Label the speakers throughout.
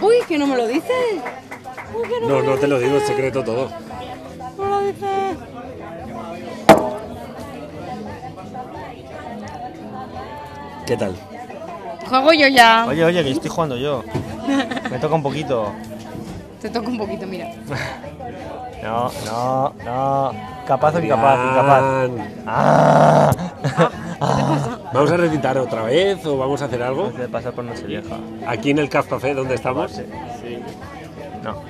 Speaker 1: Uy, que no me lo dices. Uy, que no,
Speaker 2: No,
Speaker 1: me
Speaker 2: no te lo digo, es
Speaker 1: dices.
Speaker 2: secreto todo.
Speaker 1: No me lo dices.
Speaker 2: ¿Qué tal?
Speaker 1: Juego yo ya.
Speaker 3: Oye, oye, que estoy jugando yo. Me toca un poquito.
Speaker 1: Te toco un poquito, mira.
Speaker 3: No, no, no. Capaz o incapaz, incapaz.
Speaker 2: Adrián,
Speaker 3: Ah.
Speaker 2: ¿Vamos a recitar otra vez o vamos a hacer algo?
Speaker 3: Antes de pasar por Nochevieja.
Speaker 2: Aquí en el Caf Café, donde estamos.
Speaker 3: No,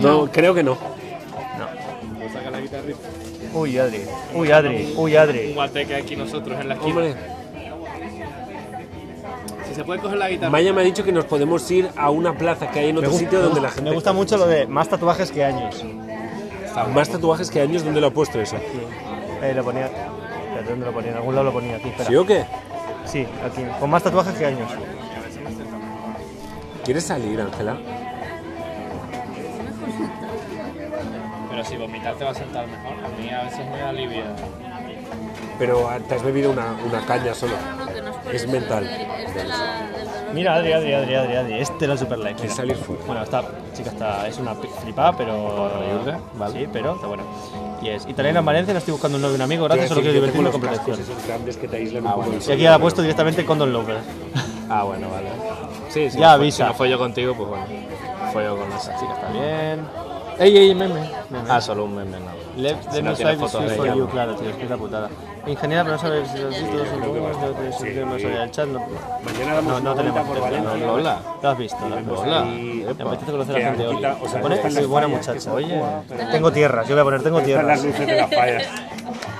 Speaker 2: No, creo que no.
Speaker 3: no.
Speaker 4: Pues Saca la guitarrita.
Speaker 3: Uy, Adri. Uy, Adri. Uy,
Speaker 4: Un
Speaker 3: Adri.
Speaker 4: guateque aquí nosotros en la esquina.
Speaker 2: Hombre,
Speaker 4: Si se puede coger la guitarra.
Speaker 2: Maya me ha dicho que nos podemos ir a una plaza que hay en otro
Speaker 3: gu-
Speaker 2: sitio donde la
Speaker 3: gu-
Speaker 2: gente.
Speaker 3: me gusta mucho lo de más tatuajes que años.
Speaker 2: Más tatuajes que años donde lo ha puesto eso.
Speaker 3: Eh, lo ponía. espérate, ¿Dónde lo ponía? En algún lado lo ponía aquí. Espera.
Speaker 2: ¿Sí o qué?
Speaker 3: Sí, aquí. Con más tatuajes que años.
Speaker 2: ¿Quieres salir, Ángela?
Speaker 4: Pero si vomitar te va a sentar mejor. A mí a veces me alivia.
Speaker 2: Pero ah, te has bebido una, una caña solo. Es mental.
Speaker 3: Mira, Adri, Adri, Adri, Adri, Adri. Este era el super like.
Speaker 2: Que
Speaker 3: mira.
Speaker 2: salir fuera.
Speaker 3: Bueno, esta chica está, es una pi- flipada, pero.
Speaker 4: Ayurda, vale.
Speaker 3: Sí, pero está buena. Y es italiana en Valencia, no estoy buscando un novio, un amigo, gracias, solo quiero
Speaker 2: Yo tengo
Speaker 3: divertirme
Speaker 2: los
Speaker 3: con protección.
Speaker 2: cascos esos grandes que te aíslan un
Speaker 4: Ah,
Speaker 2: poco
Speaker 4: bueno.
Speaker 2: del
Speaker 3: Y
Speaker 2: sol.
Speaker 3: aquí ha puesto directamente Condon Lover.
Speaker 4: Ah, bueno, vale. Sí, sí.
Speaker 3: Ya
Speaker 4: no-
Speaker 3: avisa.
Speaker 4: Si no follo contigo, pues bueno. Follo con esa chica, está bien.
Speaker 3: Bien.
Speaker 4: Ey, ey, meme. Ah, solo un meme, no.
Speaker 3: Left
Speaker 4: Si
Speaker 3: the
Speaker 4: no
Speaker 3: no
Speaker 4: tiene
Speaker 3: side is
Speaker 4: fotos de
Speaker 3: for
Speaker 4: ella,
Speaker 3: you,
Speaker 4: no.
Speaker 3: claro, tío, es que es la putada. Ingeniera, pero no sabes si los todos son buenos, no sabes si no sabes el chat, no.
Speaker 2: Mañana damos
Speaker 3: No, no
Speaker 2: una vuelta
Speaker 3: tenemos
Speaker 2: por
Speaker 3: teléfono,
Speaker 2: Valencia.
Speaker 3: no,
Speaker 4: Lola.
Speaker 3: Lo has visto, lo has visto.
Speaker 4: Hola.
Speaker 2: Y-
Speaker 3: Me apetece conocer
Speaker 2: Que
Speaker 3: a gente hoy.
Speaker 2: Anquita, o sea,
Speaker 3: Pone,
Speaker 2: están
Speaker 3: muy
Speaker 2: las
Speaker 3: buena
Speaker 2: fallas que
Speaker 3: muchacha,
Speaker 2: son
Speaker 3: oye.
Speaker 2: guapas,
Speaker 3: Tengo tierras, yo voy a poner, tengo
Speaker 2: Están las
Speaker 3: tierras.
Speaker 2: luces de las fallas.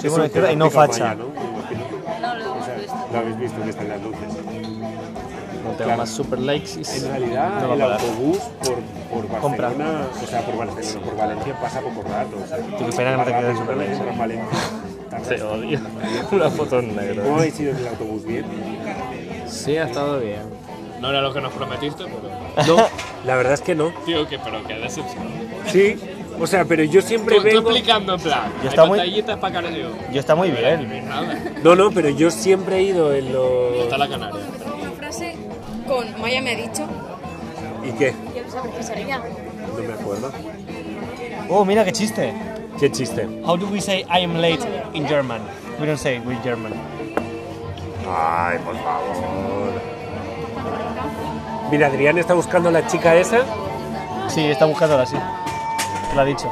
Speaker 3: Soy buena izquierda y no
Speaker 2: Típica
Speaker 3: facha.
Speaker 2: Maya, ¿no? Me imagino. O sea, lo habéis visto que están las luces.
Speaker 4: No tengo
Speaker 2: Claro.
Speaker 4: más super likes.
Speaker 2: En realidad,
Speaker 3: No va a
Speaker 2: el
Speaker 3: parar.
Speaker 2: autobús por, por
Speaker 3: Compra.
Speaker 2: Barcelona, o sea, por Barcelona, por Valencia pasa poco rato. O sea,
Speaker 3: Tú, qué pena que no te
Speaker 2: Más
Speaker 3: quedes
Speaker 2: rápido
Speaker 3: en Valencia.
Speaker 2: en Valencia. Tan
Speaker 4: Te
Speaker 2: rápido.
Speaker 4: odio. Una foto en negro.
Speaker 2: ¿Cómo habéis ido en el autobús? ¿Bien?
Speaker 4: Sí, ha estado bien. No era lo que nos prometiste, pero.
Speaker 2: No, la verdad es que no.
Speaker 4: Tío, que pero qué decepción.
Speaker 2: Sí, o sea, pero yo siempre
Speaker 4: Tú, tú
Speaker 2: vengo...
Speaker 4: explicando, en plan.
Speaker 3: Ya está
Speaker 4: hay
Speaker 3: muy-
Speaker 4: pantallitas para cara yo.
Speaker 3: Yo está muy bien.
Speaker 4: Nada.
Speaker 2: No, no, pero yo siempre he ido en los...
Speaker 4: Está la canaria.
Speaker 1: Una frase con Maya me ha dicho. pues,
Speaker 2: ¿Y qué?
Speaker 1: Quiero saber qué sería.
Speaker 2: No me acuerdo.
Speaker 3: Oh, mira qué chiste.
Speaker 2: Qué chiste.
Speaker 3: How do we say I am late in German? We don't say we're German.
Speaker 2: Ay, por favor. Mira, Adrián está buscando a la chica esa.
Speaker 3: Sí, está buscándola, sí. Lo ha dicho.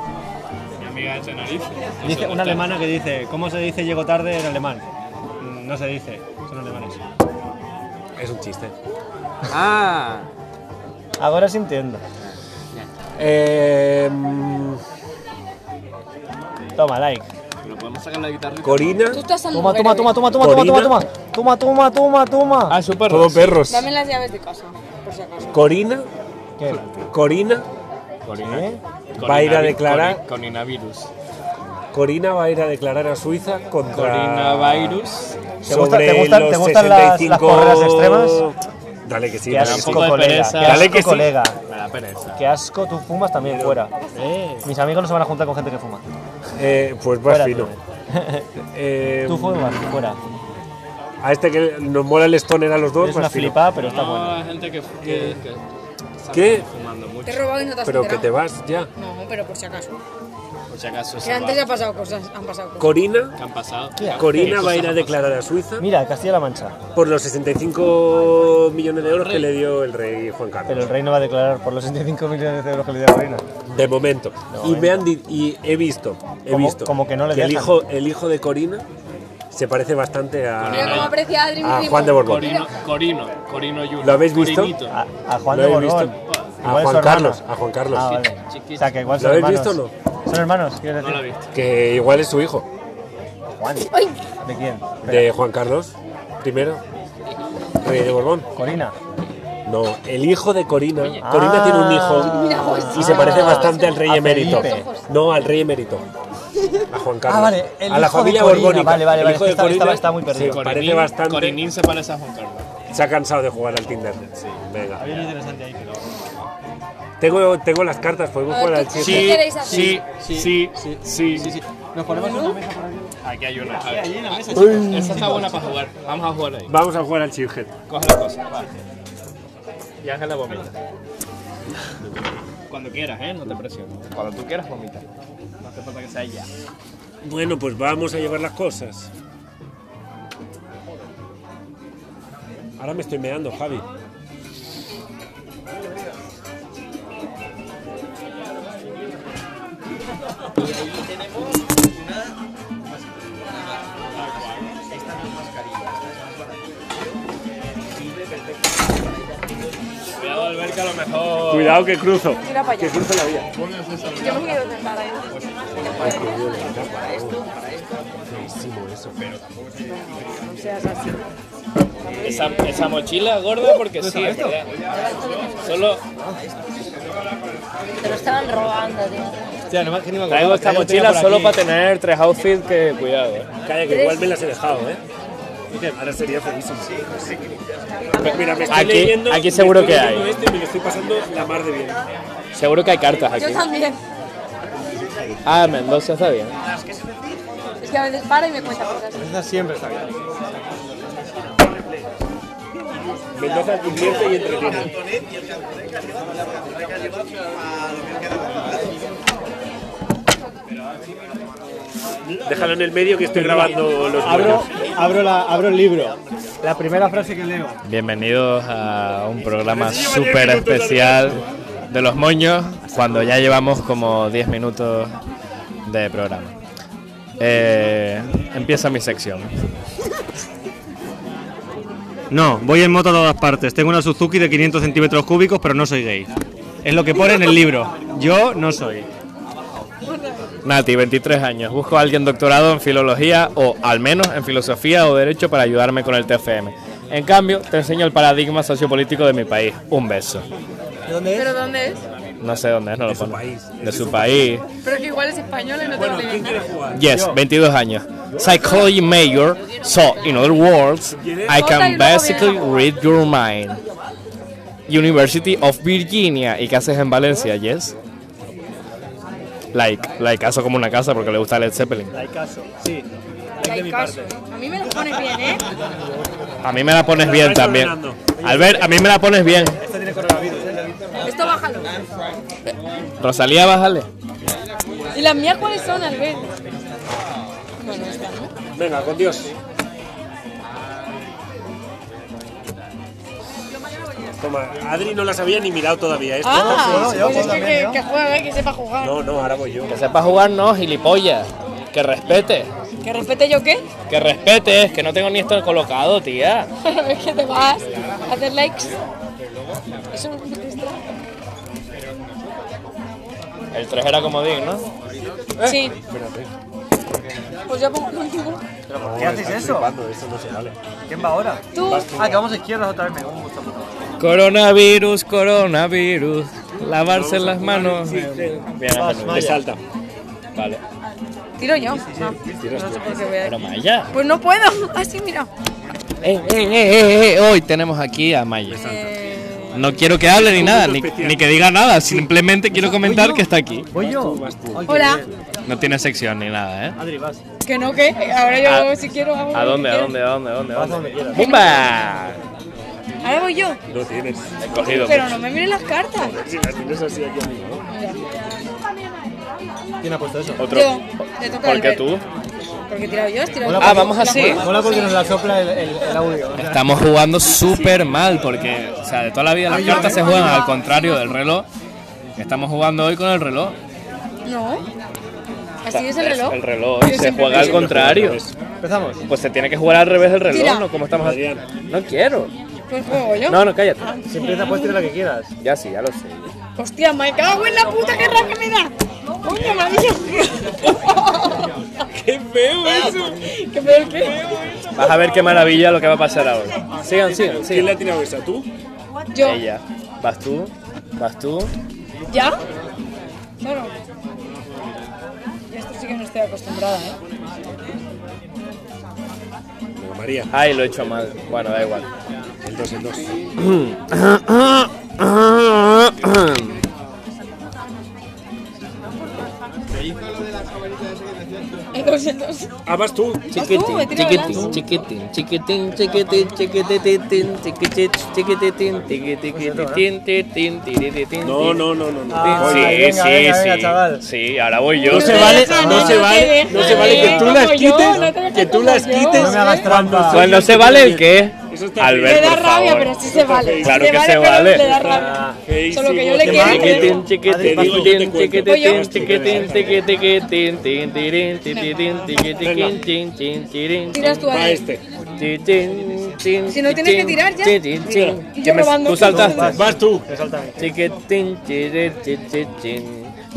Speaker 4: Mi amiga de Tenerife.
Speaker 3: Dice
Speaker 4: Eso,
Speaker 3: una
Speaker 4: está-
Speaker 3: alemana que dice, ¿cómo se dice llego tarde en alemán? Mm, No se dice, son alemanes.
Speaker 2: Es un chiste.
Speaker 4: Ah.
Speaker 3: Ahora sí entiendo.
Speaker 2: Eh, mm,
Speaker 3: Toma, like.
Speaker 4: ¿Pero podemos sacar la guitarra?
Speaker 2: Corina.
Speaker 1: Tú estás al
Speaker 3: Toma,
Speaker 1: lugar,
Speaker 3: toma,
Speaker 1: ¿eh?
Speaker 3: toma, toma, toma, toma, toma, toma. Toma, toma, toma, toma.
Speaker 4: Ah, super.
Speaker 2: Todo perros.
Speaker 1: Dame las llaves de casa, por si acaso.
Speaker 2: Corina.
Speaker 3: ¿Qué?
Speaker 2: Corina.
Speaker 3: ¿Eh?
Speaker 2: Va a ir a declarar- Ah.
Speaker 4: Corinavirus.
Speaker 2: Corina va a ir a declarar a Suiza contra.
Speaker 4: Coronavirus.
Speaker 3: ¿Te gusta-
Speaker 2: sobre
Speaker 3: te gustan- te
Speaker 2: los
Speaker 3: gustan las-
Speaker 2: 65
Speaker 3: las porras
Speaker 2: Dale que sí.
Speaker 3: Qué
Speaker 2: dale que
Speaker 4: un
Speaker 3: asco,
Speaker 4: poco de
Speaker 3: colega.
Speaker 4: pereza.
Speaker 3: Qué
Speaker 2: Dale que
Speaker 3: asco,
Speaker 2: sí.
Speaker 3: colega.
Speaker 4: Me da pereza.
Speaker 3: Qué asco, tú fumas también fuera.
Speaker 4: Eh.
Speaker 3: Mis amigos no se van a juntar con gente que fuma.
Speaker 2: sí. Eh, pues va
Speaker 3: Fuera,
Speaker 2: fino.
Speaker 3: tío.
Speaker 2: Eh,
Speaker 3: Tú fumas, fuera.
Speaker 2: a este que nos mola el stoner a los dos,
Speaker 3: Es
Speaker 2: más
Speaker 3: una
Speaker 2: fino.
Speaker 3: flipada, pero está
Speaker 4: No,
Speaker 3: buena.
Speaker 4: hay gente que, que, que sale
Speaker 2: ¿Qué?
Speaker 4: fumando mucho.
Speaker 1: Te he robado y no te has
Speaker 2: Pero que
Speaker 1: enterado.
Speaker 2: te vas ya.
Speaker 1: No, pero por si acaso.
Speaker 4: Por si acaso se
Speaker 1: Que antes
Speaker 4: va.
Speaker 1: ya han pasado cosas, han pasado cosas.
Speaker 2: Corina.
Speaker 4: ¿Qué han pasado?
Speaker 3: ¿Qué haces?
Speaker 2: Corina va a ir
Speaker 4: Cosas
Speaker 2: a
Speaker 4: han
Speaker 2: declarar a Suiza
Speaker 3: Mira, Castilla-La Mancha.
Speaker 2: por los 65 millones de euros que le dio el rey Juan Carlos.
Speaker 3: Pero el rey no va a declarar por los 65 millones de euros que le dio el reino.
Speaker 2: De momento. y
Speaker 3: momento.
Speaker 2: me han di- y he visto, he
Speaker 3: Como-
Speaker 2: visto.
Speaker 3: como que no le
Speaker 2: el
Speaker 3: dejan.
Speaker 2: hijo, el hijo de Corina se parece bastante
Speaker 1: Mira cómo
Speaker 2: a,
Speaker 1: aprecia Adri mi
Speaker 2: a
Speaker 1: primo.
Speaker 2: Ah, Juan de Borbón.
Speaker 4: Corino, Corino, Corino Junior.
Speaker 2: ¿Lo habéis visto? Ah.
Speaker 4: Corinito.
Speaker 3: A, a Juan
Speaker 2: Lo
Speaker 3: de
Speaker 2: he
Speaker 3: Borbón.
Speaker 2: visto. A
Speaker 3: Igual es
Speaker 2: Juan
Speaker 3: su hermano.
Speaker 2: Carlos, a Juan Carlos.
Speaker 3: Ah, vale.
Speaker 4: Chiquis.
Speaker 3: O sea, que igual
Speaker 2: ¿Lo
Speaker 3: son
Speaker 2: habéis
Speaker 3: hermanos.
Speaker 2: visto
Speaker 3: o no? ¿Son hermanos? ¿Quieres
Speaker 4: No
Speaker 3: decir?
Speaker 4: lo he visto.
Speaker 2: que igual es su hijo,
Speaker 3: Juan.
Speaker 1: ¡Ay!
Speaker 3: ¿De quién?
Speaker 2: de Juan Carlos primero, rey de Borbón.
Speaker 3: Corina.
Speaker 2: No, el hijo de Corina.
Speaker 3: Ah.
Speaker 2: Corina tiene un
Speaker 1: Mira,
Speaker 2: hijo
Speaker 1: pues sí.
Speaker 2: y se parece
Speaker 1: Ah.
Speaker 2: bastante al rey
Speaker 3: A
Speaker 2: emérito.
Speaker 3: Felipe.
Speaker 2: No, al rey emérito. A Juan Carlos.
Speaker 3: Ah, vale, el
Speaker 2: a la
Speaker 3: hijo de
Speaker 2: familia
Speaker 3: Corina,
Speaker 2: borbónica.
Speaker 3: vale, vale,
Speaker 2: El hijo
Speaker 3: vale, es que
Speaker 2: de
Speaker 3: estaba-
Speaker 2: Corina
Speaker 3: estaba- estaba muy perdido.
Speaker 2: Se
Speaker 4: Corinín-
Speaker 2: parece bastante.
Speaker 4: Corinín se parece a Juan Carlos.
Speaker 2: Se ha cansado de jugar al Tinder. Venga.
Speaker 3: Había un interesante ahí, pero...
Speaker 2: Tengo, tengo las cartas, podemos
Speaker 1: A ver,
Speaker 2: jugar al
Speaker 1: ¿qué-
Speaker 2: chiste.
Speaker 1: Sí, queréis hacer?
Speaker 4: sí, sí, sí, sí,
Speaker 3: Nos ponemos en una mesa por aquí.
Speaker 4: Aquí hay una. a ver.
Speaker 3: Allí en la mesa,
Speaker 4: Esa está buena para jugar. Vamos a jugar ahí.
Speaker 2: Vamos a jugar al Chiphead.
Speaker 4: Coge la cosa. va. Y Ángela vomita. Cuando quieras, ¿eh? No te presiones. Cuando tú quieras, vomita. No hace falta que sea ya.
Speaker 2: Bueno, pues vamos a llevar las cosas. Ahora me estoy meando, Javi.
Speaker 4: Cuidado, Albert, que a lo mejor.
Speaker 2: Cuidado que cruzo.
Speaker 1: Mira para allá.
Speaker 2: Que cruzo la vía.
Speaker 1: Yo me quiero sentar ahí.
Speaker 2: Buenísimo eso.
Speaker 1: No seas así.
Speaker 4: Esa, esa mochila gorda, porque sí, es verdad. Solo
Speaker 5: Te lo estaban robando, tío.
Speaker 3: Hostia, no me- que ni me acordaba
Speaker 4: traigo
Speaker 3: que
Speaker 4: esta
Speaker 3: yo tenía
Speaker 4: mochila
Speaker 3: por
Speaker 4: solo
Speaker 3: aquí.
Speaker 4: para tener tres outfits que cuidado, ¿eh?
Speaker 2: Calla, que igual me las he dejado, ¿eh? Ahora sería feísimo. Pues mira, me estoy
Speaker 4: Aquí-
Speaker 2: leyendo-
Speaker 4: aquí
Speaker 2: me
Speaker 4: seguro
Speaker 2: estoy
Speaker 4: que
Speaker 2: leyendo
Speaker 4: hay.
Speaker 2: este y me lo estoy pasando la mar de bien.
Speaker 4: Seguro que hay cartas aquí.
Speaker 1: Yo también.
Speaker 4: Ah, Mendoza está bien.
Speaker 1: Es que a veces para y me cuenta cosas.
Speaker 3: Esa siempre está bien.
Speaker 2: Mendoza invierte y entretiene. Déjalo en el medio que estoy grabando los
Speaker 3: Abro,
Speaker 2: buenos.
Speaker 3: abro, la, abro el libro. La primera frase que leo.
Speaker 4: Bienvenidos a un programa súper especial de Los Moños, cuando ya llevamos como 10 minutos de programa. Eh, empieza mi sección.
Speaker 6: No, voy en moto a todas partes. Tengo una Suzuki de 500 centímetros cúbicos, pero no soy gay. Es lo que pone en el libro. Yo no soy.
Speaker 4: Nati, 23 años. Busco a alguien doctorado en filología o al menos en filosofía o derecho para ayudarme con el TFM. En cambio, te enseño el paradigma sociopolítico de mi país. Un beso.
Speaker 3: ¿De dónde
Speaker 1: ¿Pero dónde es?
Speaker 4: No sé dónde es, no lo
Speaker 2: su
Speaker 4: pongo.
Speaker 2: país.
Speaker 4: De su país.
Speaker 1: Pero que igual es español y no tengo ni idea.
Speaker 4: Yes, 22 años. Psychology major, so in other words, I can basically read your mind. University of Virginia. ¿Y qué haces en Valencia, Yes? Like, like, caso como una casa porque le gusta Led Zeppelin.
Speaker 3: Sí.
Speaker 1: Hay caso. A mí me lo pones bien, ¿eh?
Speaker 4: A mí me la pones bien también. Albert, a mí me la pones bien.
Speaker 3: Esta tiene coronavirus.
Speaker 1: Esto bájalo.
Speaker 4: Rosalía, bájale.
Speaker 1: ¿Y las mías cuáles son, Albert? Bueno, esta, ¿no?
Speaker 2: Venga, con Dios. Toma, Adri no la sabía ni mirado todavía. Esto
Speaker 1: Ah,
Speaker 3: yo
Speaker 1: pues es que,
Speaker 3: también,
Speaker 1: que,
Speaker 3: yo.
Speaker 1: que juegue, que sepa jugar.
Speaker 2: No, no, ahora voy yo.
Speaker 4: Que sepa jugar, no, gilipollas. Que respete.
Speaker 1: ¿Que respete yo qué?
Speaker 4: Que respete, es que no tengo ni esto colocado, tía.
Speaker 1: es que te vas a hacer likes. Eso no es nuestro.
Speaker 4: El 3 era comodín, ¿no?
Speaker 1: Sí. Pues yo pongo el último.
Speaker 3: ¿Qué haces eso?
Speaker 2: Flipando, eso no se vale.
Speaker 3: ¿Quién va ahora?
Speaker 1: Tú.
Speaker 3: Ah, que vamos a izquierdas otra vez. Me gusta.
Speaker 4: Coronavirus, coronavirus. Lavarse las manos. Bien,
Speaker 3: Vas,
Speaker 2: Me
Speaker 3: Maya.
Speaker 2: salta.
Speaker 4: Vale.
Speaker 1: Tiro yo. Ah, no sé por qué voy a-
Speaker 4: Pero Maya.
Speaker 1: Pues no puedo. Así, mira.
Speaker 4: Eh, eh, eh, eh, eh, Hoy tenemos aquí a Maya.
Speaker 1: Eh,
Speaker 4: No quiero que hable ni nada, ni, ni que diga nada. Simplemente quiero comentar que está aquí.
Speaker 3: ¿Voy yo? Ay, qué
Speaker 1: Hola.
Speaker 3: bien.
Speaker 4: No tiene sección ni nada, ¿eh?
Speaker 3: Adri, vas.
Speaker 1: que no, que ahora yo si quiero hago lo que quiero.
Speaker 4: a dónde, a dónde?
Speaker 3: Vas a donde quieras.
Speaker 4: ¡Bumba!
Speaker 1: Ahora voy yo.
Speaker 2: No tienes.
Speaker 4: He cogido.
Speaker 1: Pero no me miren las cartas.
Speaker 2: Si la tienes así aquí amigo.
Speaker 3: ¿Quién ha puesto eso?
Speaker 4: Otro.
Speaker 1: Yo. Te toca
Speaker 4: ¿Por qué
Speaker 1: Albert.
Speaker 4: tú?
Speaker 1: Porque he tirado yo, has tirado
Speaker 3: Hola,
Speaker 1: tú.
Speaker 4: Ah, vamos así.
Speaker 1: La-
Speaker 3: Mola porque nos la sopla el, el- el audio. O sea,
Speaker 4: Estamos jugando súper mal porque, o sea, de toda la vida las cartas se juegan al contrario del reloj. Estamos jugando hoy con el reloj.
Speaker 1: No. Así es el reloj.
Speaker 4: El reloj hoy
Speaker 1: Yo
Speaker 4: se
Speaker 1: siempre
Speaker 4: juega al
Speaker 1: pienso-
Speaker 4: contrario.
Speaker 3: Empezamos.
Speaker 4: Pues se tiene que jugar al revés del
Speaker 1: Tira.
Speaker 4: reloj, ¿no? ¿Cómo estamos haciendo?
Speaker 2: Adrián.
Speaker 4: No quiero.
Speaker 1: Pues juego yo.
Speaker 4: No, no, cállate.
Speaker 3: Si empieza, puedes tirar la que quieras.
Speaker 4: Ya sí, ya lo sé.
Speaker 1: Hostia, me cago en la puta que rabia me da. Coño, me ha dicho. Qué feo eso. Qué feo que.
Speaker 4: Vas a ver qué maravilla lo que va a pasar ahora. Sigan, sigan,
Speaker 2: ¿Quién le
Speaker 4: sigan.
Speaker 2: ha tirado esa? ¿Tú?
Speaker 1: Yo.
Speaker 4: Ella. Vas tú, vas tú.
Speaker 1: ¿Ya? Bueno. Ya esto sí que no estoy acostumbrada, ¿eh?
Speaker 2: Venga, María.
Speaker 4: Ay, lo he hecho mal. Bueno, da igual.
Speaker 2: El 2, el 2.
Speaker 1: El 2 entonces.
Speaker 2: Ah, vas tú.
Speaker 1: Tú, me
Speaker 5: Chiquitín,
Speaker 1: tiro
Speaker 5: chiquitín,
Speaker 1: adelante.
Speaker 5: chiquitín, chiquitín, chiquitín, chiquititín, chiquitín, chiquititín, tiquitiquitín, titín, tiritititín,
Speaker 2: No, no, no, no. no.
Speaker 5: titín.
Speaker 4: Sí,
Speaker 3: venga,
Speaker 4: sí,
Speaker 3: venga,
Speaker 4: sí.
Speaker 3: chaval.
Speaker 4: Sí, ahora voy yo.
Speaker 1: No
Speaker 4: Sí.
Speaker 1: te
Speaker 2: vale-
Speaker 1: dejan,
Speaker 2: no se
Speaker 1: te
Speaker 2: vale-
Speaker 1: dejan,
Speaker 2: no se vale que tú
Speaker 1: como
Speaker 2: las
Speaker 1: yo,
Speaker 2: quites,
Speaker 1: no te dejan
Speaker 2: que tú
Speaker 1: como
Speaker 2: las
Speaker 1: yo,
Speaker 2: quites.
Speaker 3: No me hagas
Speaker 1: ¿eh?
Speaker 3: trampa.
Speaker 4: Cuando se vale el qué,
Speaker 2: Eso está
Speaker 1: Me
Speaker 4: Albert,
Speaker 1: da
Speaker 4: por
Speaker 1: rabia,
Speaker 4: favor.
Speaker 1: pero sí se vale.
Speaker 4: Claro
Speaker 1: Sí
Speaker 4: que
Speaker 1: vale,
Speaker 4: se
Speaker 1: pero
Speaker 4: vale.
Speaker 1: Le da rabia.
Speaker 2: ¿Qué
Speaker 1: Solo que yo
Speaker 2: hicimos?
Speaker 1: le
Speaker 2: Te
Speaker 1: quiero
Speaker 2: marco.
Speaker 1: creer.
Speaker 5: Chiquitín, chiquititín, chiquititín, chiquitín, tiquitiquitín, tin, tirín, tititín, tiquitiquín, tin, tin, tirín,
Speaker 1: Tiras tú
Speaker 2: Va
Speaker 1: ahí.
Speaker 2: este.
Speaker 5: tin, tin, tin,
Speaker 1: Si no tienes que
Speaker 5: tin,
Speaker 1: tirar ya.
Speaker 5: tin, tin, tin.
Speaker 1: Y yo robando.
Speaker 4: tú saltaste.
Speaker 2: Vas tú.
Speaker 5: Chiquitín, chiquitín, chiquitín,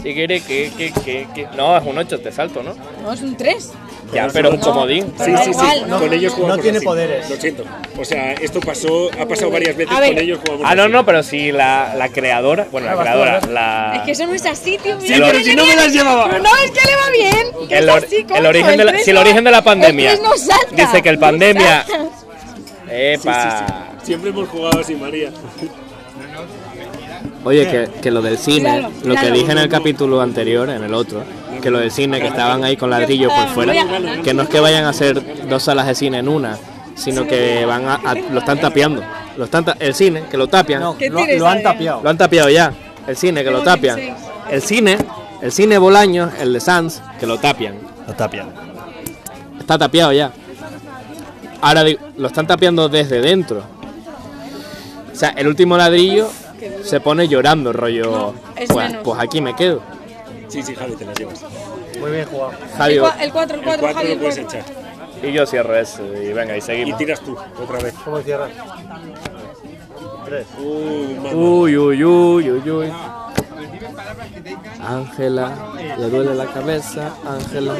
Speaker 5: chiquitín, que, que, que, que.
Speaker 4: No, es un 8, te salto, ¿no?
Speaker 1: No, es un 3.
Speaker 4: Ya, pero un comodín.
Speaker 1: Pero
Speaker 2: Sí,
Speaker 1: da
Speaker 2: sí, sí.
Speaker 1: igual, no,
Speaker 2: con ellos
Speaker 1: no,
Speaker 2: jugamos
Speaker 3: No tiene
Speaker 2: así.
Speaker 3: poderes.
Speaker 2: Lo siento. O sea, esto pasó, ha pasado varias veces
Speaker 1: A ver.
Speaker 2: con ellos jugamos.
Speaker 4: Ah, no,
Speaker 2: así.
Speaker 4: no, pero si la, la creadora, bueno,
Speaker 3: Ah,
Speaker 4: la creadora, la...
Speaker 1: Es que eso no es así, tío.
Speaker 2: Sí,
Speaker 1: mira,
Speaker 2: pero
Speaker 1: mira,
Speaker 2: si no me
Speaker 1: mira.
Speaker 2: las llevaba.
Speaker 1: Pero no, es que le va bien. que
Speaker 4: El
Speaker 1: es
Speaker 4: or-
Speaker 1: así,
Speaker 4: el
Speaker 1: coño,
Speaker 4: origen de la-
Speaker 1: tres
Speaker 4: si el
Speaker 1: no-
Speaker 4: origen de la pandemia
Speaker 1: el tres no salta,
Speaker 4: dice que el
Speaker 1: no
Speaker 4: pandemia-
Speaker 1: salta.
Speaker 4: ¡Epa!
Speaker 2: Siempre hemos jugado así, María.
Speaker 5: Oye, que, que lo del cine,
Speaker 1: Claro,
Speaker 5: lo que
Speaker 1: claro.
Speaker 5: dije en el capítulo anterior, en el otro, que lo del cine, que estaban ahí con ladrillos por fuera, que no es que vayan a hacer dos salas de cine en una, sino que van a, a- lo están tapiando. Lo están ta- el cine, que lo tapian.
Speaker 3: No,
Speaker 1: ¿Qué
Speaker 3: lo,
Speaker 1: tienes,
Speaker 3: lo han
Speaker 1: Adrián?
Speaker 3: tapiado.
Speaker 5: Lo han tapiado ya. El cine, que lo
Speaker 1: Tengo
Speaker 5: tapian.
Speaker 1: 16.
Speaker 5: El cine, el cine Bolaños, el de Sanz, que lo tapian.
Speaker 6: Lo tapian.
Speaker 5: Está tapiado ya. Ahora digo, lo están tapiando desde dentro. O sea, el último ladrillo se pone llorando, rollo.
Speaker 1: es
Speaker 5: pues,
Speaker 1: menos.
Speaker 5: pues aquí me quedo.
Speaker 2: Sí, sí, Javi, te las llevas.
Speaker 3: Muy bien jugado.
Speaker 1: El
Speaker 5: Javi,
Speaker 1: cua- El 4, el 4,
Speaker 2: El 4
Speaker 1: Javi,
Speaker 2: lo
Speaker 1: el
Speaker 2: puedes
Speaker 1: 4.
Speaker 2: echar.
Speaker 4: Y yo cierro eso y venga, y
Speaker 2: Y
Speaker 4: seguimos.
Speaker 2: tiras tú, otra vez.
Speaker 3: ¿Cómo cierras? Tres.
Speaker 2: Uh, mamá.
Speaker 5: Uy, uy, uy, uy, uy. Ángela, le duele la cabeza, Ángela,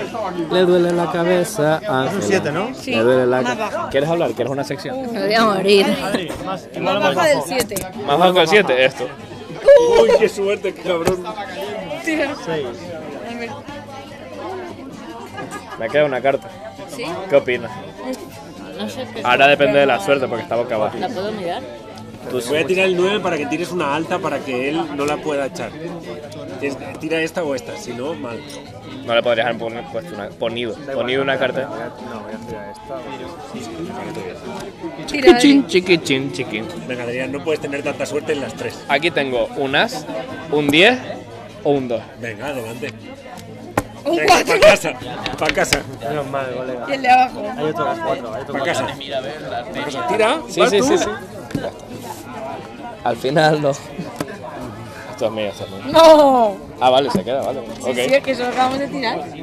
Speaker 5: le duele la cabeza, Ángela.
Speaker 3: un siete, ¿no?
Speaker 1: Sí,
Speaker 5: Le duele la
Speaker 1: más
Speaker 5: ca-
Speaker 1: bajo.
Speaker 5: ¿Quieres hablar? ¿Quieres una sección?
Speaker 1: Me voy a morir.
Speaker 3: Más,
Speaker 1: Más baja del 7.
Speaker 4: Más bajo que el 7, esto.
Speaker 2: Uy, qué suerte, qué cabrón.
Speaker 1: Tira.
Speaker 3: Seis.
Speaker 4: Me queda una carta.
Speaker 7: ¿Sí?
Speaker 4: ¿Qué opinas?
Speaker 7: No sé, pero
Speaker 4: Ahora depende de la suerte porque está boca abajo.
Speaker 7: ¿la puedo mirar?
Speaker 2: Pues Voy a tirar el 9 para que tires una alta para que él no la pueda echar. Tienes que- Tira esta o esta, si no, mal.
Speaker 4: No le podrías haber pon- puesto una, ponido, ponido una carta.
Speaker 1: Tira.
Speaker 5: Chiquitín, chiquitín, chiquitín.
Speaker 2: Venga, Adrián, no puedes tener tanta suerte en las tres.
Speaker 4: Aquí tengo un as, un 10 o un 2.
Speaker 2: Venga, adelante.
Speaker 1: Un
Speaker 2: Venga,
Speaker 1: 4.
Speaker 2: para casa, para casa,
Speaker 3: Menos mal, colega.
Speaker 1: Y el de abajo.
Speaker 3: Hay otro más cuatro. Hay otro
Speaker 2: para
Speaker 3: más
Speaker 2: casa. Pa' casa. Tira,
Speaker 4: Sí,
Speaker 2: vas
Speaker 4: sí,
Speaker 2: tú.
Speaker 4: sí, sí.
Speaker 5: Al final no.
Speaker 4: Esto es mío, esto es mío.
Speaker 1: No.
Speaker 4: Ah, vale, se queda, vale.
Speaker 1: Sí, sí,
Speaker 4: Ok.
Speaker 1: es que eso lo acabamos de tirar.
Speaker 2: Sí, sí,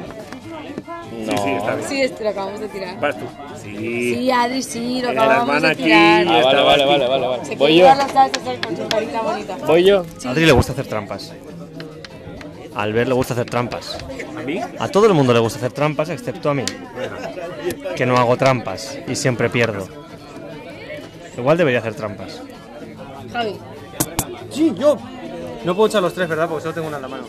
Speaker 2: está
Speaker 4: No.
Speaker 2: bien.
Speaker 1: Sí, este lo acabamos de tirar.
Speaker 2: Vas tú. Sí.
Speaker 1: Sí, Adri, sí, lo
Speaker 2: Era la
Speaker 1: acabamos
Speaker 2: hermana
Speaker 1: de
Speaker 2: aquí.
Speaker 1: tirar.
Speaker 4: Ah, vale, vale, vale, vale,
Speaker 1: Se
Speaker 4: vale.
Speaker 1: quiere
Speaker 4: Voy yo,
Speaker 1: llevar las salsas con su carita bonita.
Speaker 4: voy yo.
Speaker 6: A Adri le gusta hacer trampas. A Albert le gusta hacer trampas.
Speaker 2: ¿A mí?
Speaker 6: A todo el mundo le gusta hacer trampas, excepto a mí. Que no hago trampas y siempre pierdo. Igual debería hacer trampas.
Speaker 1: Javi,
Speaker 3: Sí, yo. No puedo echar los tres, ¿verdad? Porque solo tengo una en la mano.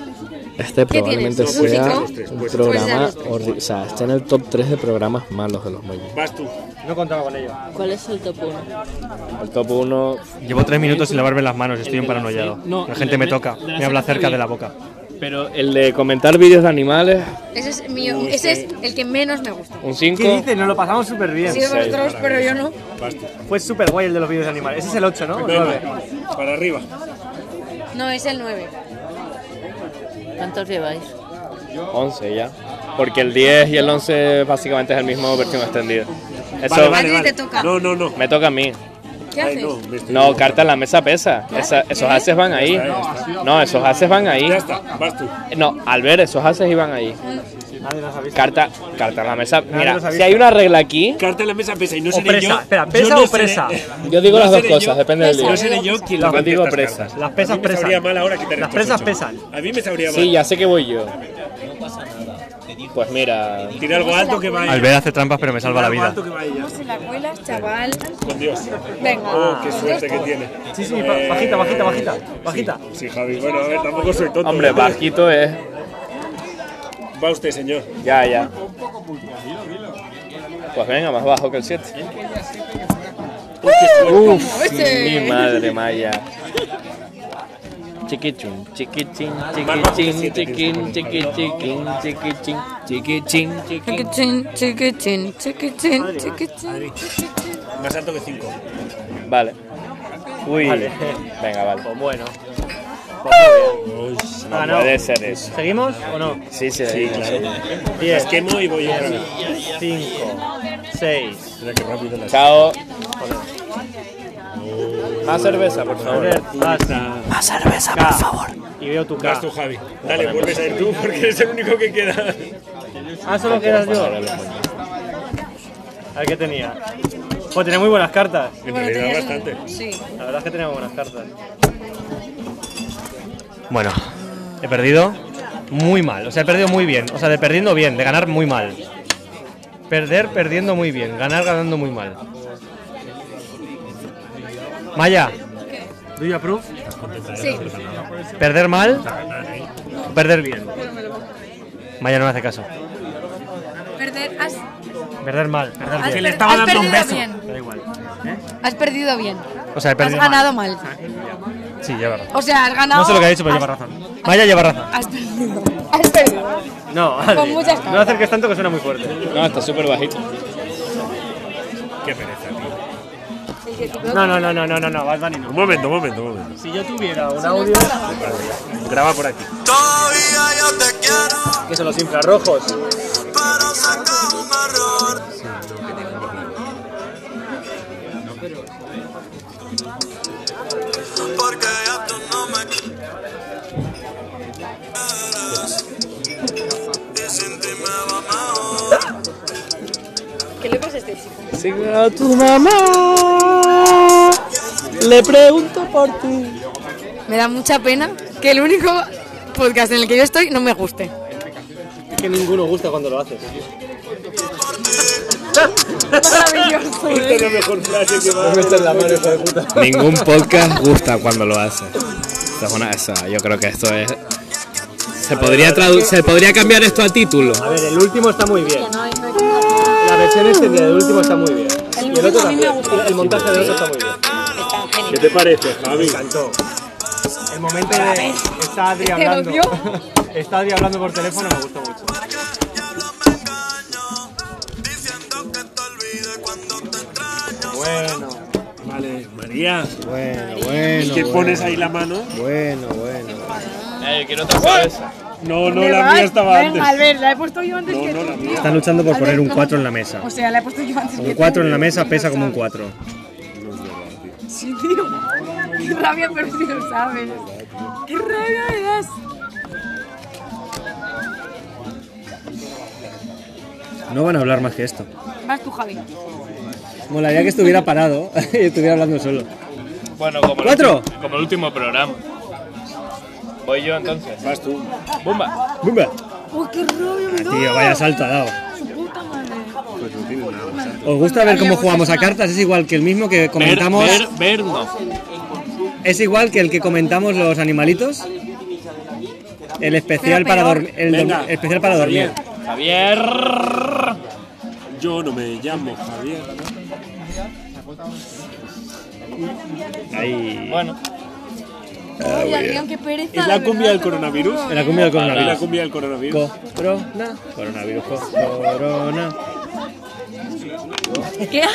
Speaker 5: Este
Speaker 1: ¿Qué
Speaker 5: probablemente
Speaker 1: tienes? ¿Un
Speaker 5: sea
Speaker 2: cinco?
Speaker 5: un
Speaker 1: Pues ya
Speaker 5: programa
Speaker 1: los
Speaker 5: horrible. O sea, está en el top 3 de programas malos de los Moyos.
Speaker 2: Vas tú.
Speaker 3: No contaba con ello.
Speaker 7: ¿Cuál es el top 1?
Speaker 4: El top 1
Speaker 6: Llevo tres minutos sin lavarme las manos y estoy emparanoiado.
Speaker 5: No,
Speaker 6: La gente me
Speaker 5: de-
Speaker 6: toca,
Speaker 5: de la
Speaker 6: me habla
Speaker 5: serie
Speaker 6: cerca de
Speaker 5: también.
Speaker 6: la boca.
Speaker 4: Pero el de comentar vídeos de animales,
Speaker 1: ese es, mi, ese es el que menos me gusta.
Speaker 4: un
Speaker 3: ¿Qué
Speaker 4: 5.
Speaker 3: dices? Nos lo pasamos súper bien.
Speaker 1: Sí, vosotros, pero yo no.
Speaker 2: Vas tú.
Speaker 3: Fue súper guay el de los vídeos de animales. Ese es el 8, ¿no? O
Speaker 2: Venga,
Speaker 3: nueve.
Speaker 2: para arriba.
Speaker 1: No, es el 9.
Speaker 7: ¿Cuántos lleváis?
Speaker 4: 11 ya. Porque el 10 y el 11 básicamente es el mismo versión extendida. Eso
Speaker 2: Vale,
Speaker 1: Adri, te toca.
Speaker 2: No, no, no.
Speaker 4: me toca a mí.
Speaker 1: ¿Qué
Speaker 2: Ay,
Speaker 1: haces?
Speaker 2: no, me estoy-
Speaker 4: No, carta en la mesa pesa. Esa- esos
Speaker 1: ¿qué?
Speaker 4: haces van ahí.
Speaker 2: Ya está,
Speaker 4: No, esos haces van ahí.
Speaker 2: Ya está, vas tú.
Speaker 4: No, al ver esos haces iban ahí.
Speaker 3: Nadie nos ha visto.
Speaker 4: Carta, carta en la mesa.
Speaker 3: los
Speaker 4: Mira,
Speaker 3: ha
Speaker 4: si
Speaker 3: visto.
Speaker 4: hay una regla aquí,
Speaker 2: Carta en la mesa pesa y no
Speaker 3: O
Speaker 2: seré
Speaker 3: presa.
Speaker 2: yo.
Speaker 3: Espera,
Speaker 2: yo
Speaker 3: ¿presa
Speaker 2: no
Speaker 3: o presa?
Speaker 2: seré-
Speaker 4: yo digo
Speaker 2: no
Speaker 4: las dos
Speaker 2: seré yo-
Speaker 4: cosas, depende del
Speaker 2: No
Speaker 4: día.
Speaker 2: seré yo quien
Speaker 4: Yo
Speaker 2: levante
Speaker 4: digo
Speaker 2: estas
Speaker 4: presas.
Speaker 2: cartas.
Speaker 3: Las pesas
Speaker 2: A mí me sabría
Speaker 3: pesan.
Speaker 2: mal ahora que te
Speaker 3: Las
Speaker 2: rechazas
Speaker 3: presas
Speaker 2: ocho.
Speaker 3: pesan.
Speaker 2: A mí me sabría mal.
Speaker 4: Sí, ya sé que voy yo. Pues mira,
Speaker 2: Tira algo alto que vaya.
Speaker 6: Albert hace trampas, pero me salva la vida.
Speaker 2: que vaya.
Speaker 1: ¿Cómo se la cuelas, chaval?
Speaker 2: Con Dios.
Speaker 1: Venga.
Speaker 2: Oh, qué suerte que tiene.
Speaker 3: Ah.
Speaker 2: Eh,
Speaker 3: Sí, sí, ba- bajita, bajita, bajita. Bajita.
Speaker 2: Sí, Javi, bueno, a ver, tampoco soy tonto. ¿eh?
Speaker 4: hombre, bajito es.
Speaker 2: Va usted, señor.
Speaker 4: Ya, ya. Pues venga, más bajo que el 7.
Speaker 1: ¡Uh!
Speaker 4: Mi
Speaker 1: Este.
Speaker 4: madre maya. chiquichun, chiquichín, chiquichín, chiquichín, chiquichín, chiquichín, chiquichín, chiquichín.
Speaker 1: Chiquitín, chiquitín, chiquitín, chiquitín, chiquitín.
Speaker 2: Más alto que 5.
Speaker 4: Vale. Uy, venga, vale.
Speaker 3: bueno.
Speaker 4: No puede ser eso.
Speaker 3: ¿Seguimos o no?
Speaker 4: Sí, sí,
Speaker 2: Sí,
Speaker 4: sí.
Speaker 2: claro. Las
Speaker 3: 10,
Speaker 2: quemo y voy otra vez.
Speaker 3: 5, 6.
Speaker 2: Mira qué rápido las.
Speaker 4: Chao. Más cerveza, por favor.
Speaker 3: Albert, basta.
Speaker 5: Más cerveza,
Speaker 3: K. Y veo tu K.
Speaker 2: Vas tú, Javi. Dale, vuelves a ir tú porque eres el único que queda.
Speaker 3: Ah, solo quedas yo. A ver qué tenía. Pues tenía muy buenas cartas.
Speaker 2: En
Speaker 1: Bueno,
Speaker 2: realidad,
Speaker 1: tenías
Speaker 2: bastante.
Speaker 1: un- Sí.
Speaker 3: La verdad es que tenemos buenas cartas.
Speaker 6: Bueno, he perdido muy mal. O sea, he perdido muy bien. O sea, de perdiendo bien, de ganar muy mal. Perder perdiendo muy bien, ganar ganando muy mal. Maya, ¿do you approve?
Speaker 1: Sí.
Speaker 6: ¿Perder mal? o ¿Perder bien? Maya no me hace caso.
Speaker 1: Perder, has,
Speaker 6: Perder mal, Ah, perder
Speaker 1: has
Speaker 6: bien.
Speaker 1: per- has perdido bien.
Speaker 6: Da igual.
Speaker 1: Has perdido bien.
Speaker 6: O sea, he
Speaker 1: Has
Speaker 6: perdido mal. Ah,
Speaker 1: ganado mal.
Speaker 6: Sí, lleva razón.
Speaker 1: O sea, has ganado.
Speaker 6: No sé lo que ha dicho, pero
Speaker 1: has-
Speaker 6: lleva razón. Maya lleva razón.
Speaker 1: Has perdido. Has perdido.
Speaker 6: No,
Speaker 1: Con
Speaker 6: Adri,
Speaker 1: muchas
Speaker 6: no acerques tanto que suena muy fuerte.
Speaker 4: No, está súper bajito.
Speaker 2: Qué pereza, tío.
Speaker 6: No, no, no, no, no, no, no, Bad Bunny no.
Speaker 2: Un momento, un momento, un momento.
Speaker 6: Si yo tuviera un audio...
Speaker 2: Graba por aquí.
Speaker 6: Que son los infrarrojos.
Speaker 1: ¿Qué le pasa a este chico?
Speaker 5: A tu mamá le pregunto por ti.
Speaker 1: Me da mucha pena que el único podcast en el que yo estoy no me guste.
Speaker 6: Es que ninguno gusta cuando lo haces.
Speaker 1: Maravilloso. ¿eh?
Speaker 2: Esta es la mejor frase que va.
Speaker 4: Ningún podcast gusta cuando lo hace. Esta es una- esa, yo creo que esto es. Se podría, tradu- se podría cambiar esto a título.
Speaker 6: A ver, el último está muy bien. La versión extendida del último está muy bien. Y el otro también. Y El montaje del otro está muy bien.
Speaker 2: ¿Qué te parece, Javi?
Speaker 6: El momento de. Está Adri
Speaker 1: ¿Te
Speaker 6: hablando.
Speaker 1: odio?
Speaker 6: Está Adri hablando por teléfono, me gusta mucho. Bueno,
Speaker 2: Vale, María.
Speaker 8: Bueno,
Speaker 2: ¿Y
Speaker 8: bueno.
Speaker 2: qué pones ahí la mano?
Speaker 8: Bueno, bueno.
Speaker 4: quiero otra cerveza.
Speaker 2: No, no, la mía estaba
Speaker 1: Ven,
Speaker 2: antes.
Speaker 1: Albert, la he puesto yo antes que
Speaker 2: no,
Speaker 1: tú,
Speaker 2: la mía.
Speaker 1: tío.
Speaker 6: Está luchando por poner un
Speaker 1: Albert,
Speaker 6: 4 en la mesa.
Speaker 1: O sea, la he puesto yo antes que
Speaker 6: Un
Speaker 1: tú.
Speaker 6: 4 en la mesa pesa como un 4.
Speaker 1: Sí, tío. Qué rabia, pero si lo sabes. Qué rabia me das.
Speaker 6: No van a hablar más que esto.
Speaker 1: Vas tú, Javi.
Speaker 6: Molaría que estuviera parado y estuviera hablando solo.
Speaker 4: Bueno, como el,
Speaker 6: ¿Cuatro?
Speaker 4: ulti- como el último programa. Voy yo entonces. Vas tú. Bumba.
Speaker 6: ¡Bumba!
Speaker 1: Uy, Oh, qué rabia me das.
Speaker 6: Ah, Tío, Ah, vaya salto ha dado.
Speaker 1: Su puta madre.
Speaker 6: ¿Os gusta ver cómo jugamos a cartas? Es igual que el mismo que comentamos.
Speaker 4: Ver, ver, ver, no.
Speaker 6: Es igual que el que comentamos los animalitos. El especial
Speaker 1: Pero
Speaker 6: para
Speaker 1: peor.
Speaker 6: dormir. El,
Speaker 2: Venga.
Speaker 6: dorm- especial para dormir.
Speaker 4: Javier.
Speaker 2: Yo no me llamo Javier.
Speaker 6: Ahí.
Speaker 4: Bueno,
Speaker 1: Ay, Adrián, qué pereza.
Speaker 2: ¿Es
Speaker 1: de
Speaker 2: la
Speaker 1: verdad,
Speaker 2: cumbia del
Speaker 1: te lo
Speaker 2: coronavirus?
Speaker 1: juro.
Speaker 6: En la cumbia del
Speaker 2: ¿Es la
Speaker 6: coronavirus.
Speaker 2: cumbia del coronavirus? ¿Eh?
Speaker 6: Corona. Coronavirus. co- Corona.
Speaker 1: ¿Qué?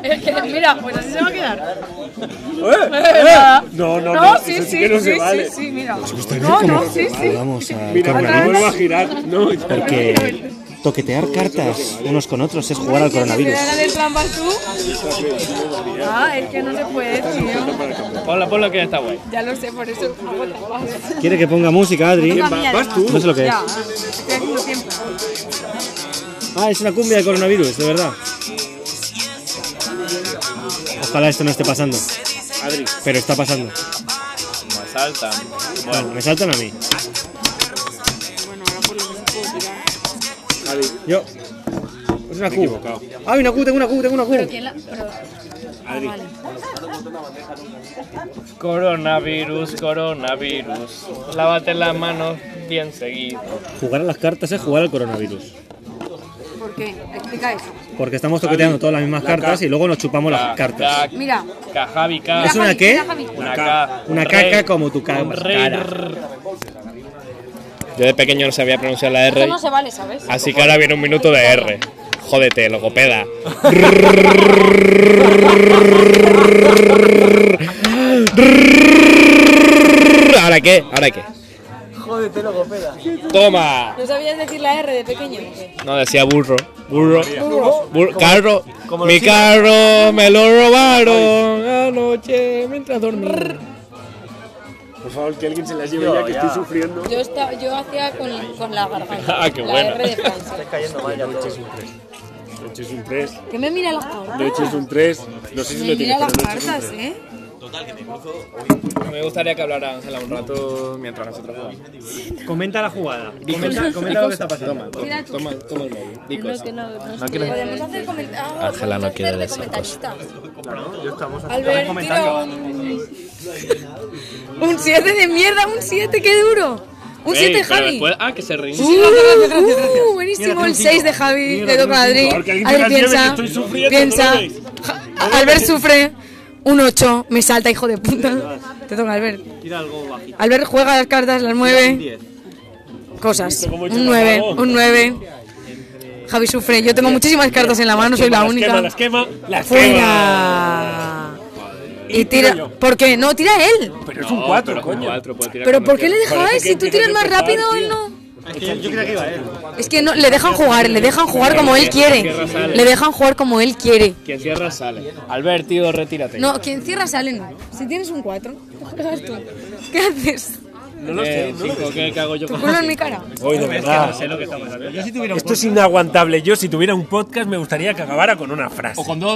Speaker 1: Es que, mira, pues así se va a quedar.
Speaker 2: ¿Eh? No, no, no.
Speaker 1: No, sí,
Speaker 2: eso
Speaker 1: sí,
Speaker 2: que no se
Speaker 1: sí,
Speaker 2: vale.
Speaker 1: sí, sí, mira. No, no, sí, sí.
Speaker 8: Vamos a
Speaker 2: Mira,
Speaker 1: Otra
Speaker 2: vuelvo a
Speaker 1: vez.
Speaker 2: girar. No, ya.
Speaker 8: Porque toquetear cartas unos con otros es jugar al coronavirus.
Speaker 1: ¿Te de trampas tú? Ah, es que no se puede, tío.
Speaker 4: ponla, ponla que está guay.
Speaker 1: Ya lo sé, por eso hago trampas.
Speaker 8: Quiere que ponga música, Adri.
Speaker 1: Vas tú.
Speaker 8: No sé lo que es.
Speaker 1: Ya, estoy haciendo tiempo.
Speaker 8: Ah, es una cumbia de coronavirus, de verdad. Ojalá esto no esté pasando. Pero está pasando.
Speaker 4: Me saltan.
Speaker 8: Bueno, me saltan a mí. Yo. Es una Q. Ah, una Q, tengo una Q, tengo una Q.
Speaker 1: ¿Quién la- pero-
Speaker 4: Coronavirus, coronavirus. Lávate las manos bien seguido.
Speaker 8: Jugar a las cartas es jugar al coronavirus.
Speaker 1: ¿Por ¿Qué? Explica eso.
Speaker 8: Porque estamos toqueteando todas las mismas
Speaker 9: La
Speaker 8: cartas
Speaker 9: ca-
Speaker 8: y luego nos chupamos las cartas.
Speaker 1: Mira.
Speaker 9: Cajabi, K.
Speaker 1: mira,
Speaker 8: una
Speaker 1: Javi,
Speaker 8: qué?
Speaker 1: mira, Javi.
Speaker 9: Una K.
Speaker 8: Una
Speaker 9: Rey,
Speaker 8: caca como tu ca-
Speaker 9: Rey.
Speaker 8: cara.
Speaker 4: Yo de pequeño no sabía pronunciar la
Speaker 1: Eso
Speaker 4: R,
Speaker 1: no se vale, ¿sabes?
Speaker 4: así que ahora viene un minuto de R. Jódete, logopeda. ¿Ahora qué? ¿Ahora qué? Jódete, logopeda. Toma.
Speaker 1: ¿No sabías decir la R de pequeño?
Speaker 4: No, decía burro. Burro. Burro. Carro. Mi carro me lo robaron anoche mientras dormía.
Speaker 2: Por favor, que alguien se las lleve ya que estoy sufriendo.
Speaker 1: Yo, esta- yo hacía con, con la garganta.
Speaker 4: Ah, qué
Speaker 1: la
Speaker 4: buena.
Speaker 1: R de Francia.
Speaker 2: De hecho es un 3.
Speaker 1: Que me mira las cartas.
Speaker 2: De hecho es un 3. No sé si
Speaker 1: Me
Speaker 2: lo tiene,
Speaker 1: mira las
Speaker 2: pero de hecho es un
Speaker 1: cartas,
Speaker 2: tres.
Speaker 1: ¿eh?
Speaker 4: Me gustaría que hablara Ángela un rato mientras nosotros jugamos.
Speaker 6: Comenta la jugada. Comenta, comenta lo que está pasando.
Speaker 1: Mira tú.
Speaker 4: Toma, toma el móvil. Di cosas.
Speaker 1: Podemos hacer comentarios.
Speaker 4: Ángela no quiere decir
Speaker 1: Albert, tira un. Un 7 de mierda, un 7, qué duro. Un 7, Javi.
Speaker 4: ah, que se ríe.
Speaker 1: Uh, uh, buenísimo el 6 de Javi, le toca a Adri.
Speaker 2: Por favor, que alguien
Speaker 1: Adri
Speaker 2: se la lleve,
Speaker 1: piensa,
Speaker 2: que estoy sufriendo,
Speaker 1: piensa.
Speaker 2: no lo veis.
Speaker 1: Ja- Albert sufre, un 8, me salta, hijo de puta. Te toca Albert.
Speaker 6: Tira algo bajito.
Speaker 1: Albert juega las cartas, las mueve, cosas.
Speaker 2: cómo he hecho
Speaker 1: Un 9,
Speaker 2: trabajo?
Speaker 1: un 9. Javi sufre, yo tengo muchísimas cartas en la mano, soy la
Speaker 2: Las quema,
Speaker 1: única.
Speaker 2: las quema, las quema.
Speaker 1: ¡Fuera! Y tira. ¿Por qué? No, tira él.
Speaker 2: Pero es un 4,
Speaker 4: Con
Speaker 2: coño.
Speaker 4: cuatro puede tirar
Speaker 1: ¿Pero
Speaker 4: cuando
Speaker 1: por qué le deja a él?
Speaker 2: Parece
Speaker 1: Si
Speaker 2: que
Speaker 1: tú
Speaker 2: empieza
Speaker 1: tiras
Speaker 2: a
Speaker 1: más
Speaker 2: empezar,
Speaker 1: rápido, él
Speaker 2: tío.
Speaker 1: no.
Speaker 6: Yo creía que iba él.
Speaker 1: Es que no, le dejan jugar, le dejan jugar como él quiere. Le dejan jugar como él quiere.
Speaker 4: Quien cierra sale. Albert, tío, retírate.
Speaker 1: No, quien cierra sale no. Si tienes un 4, juegas tú. ¿Qué haces?
Speaker 4: no lo sé. Eh, ¿Qué cago yo
Speaker 1: ¿Tu
Speaker 4: con
Speaker 1: culo en mi cara?
Speaker 2: Hoy, de verdad.
Speaker 6: Yo si tuviera un
Speaker 2: Esto es inaguantable. Yo, si tuviera un podcast, me gustaría que acabara con una frase.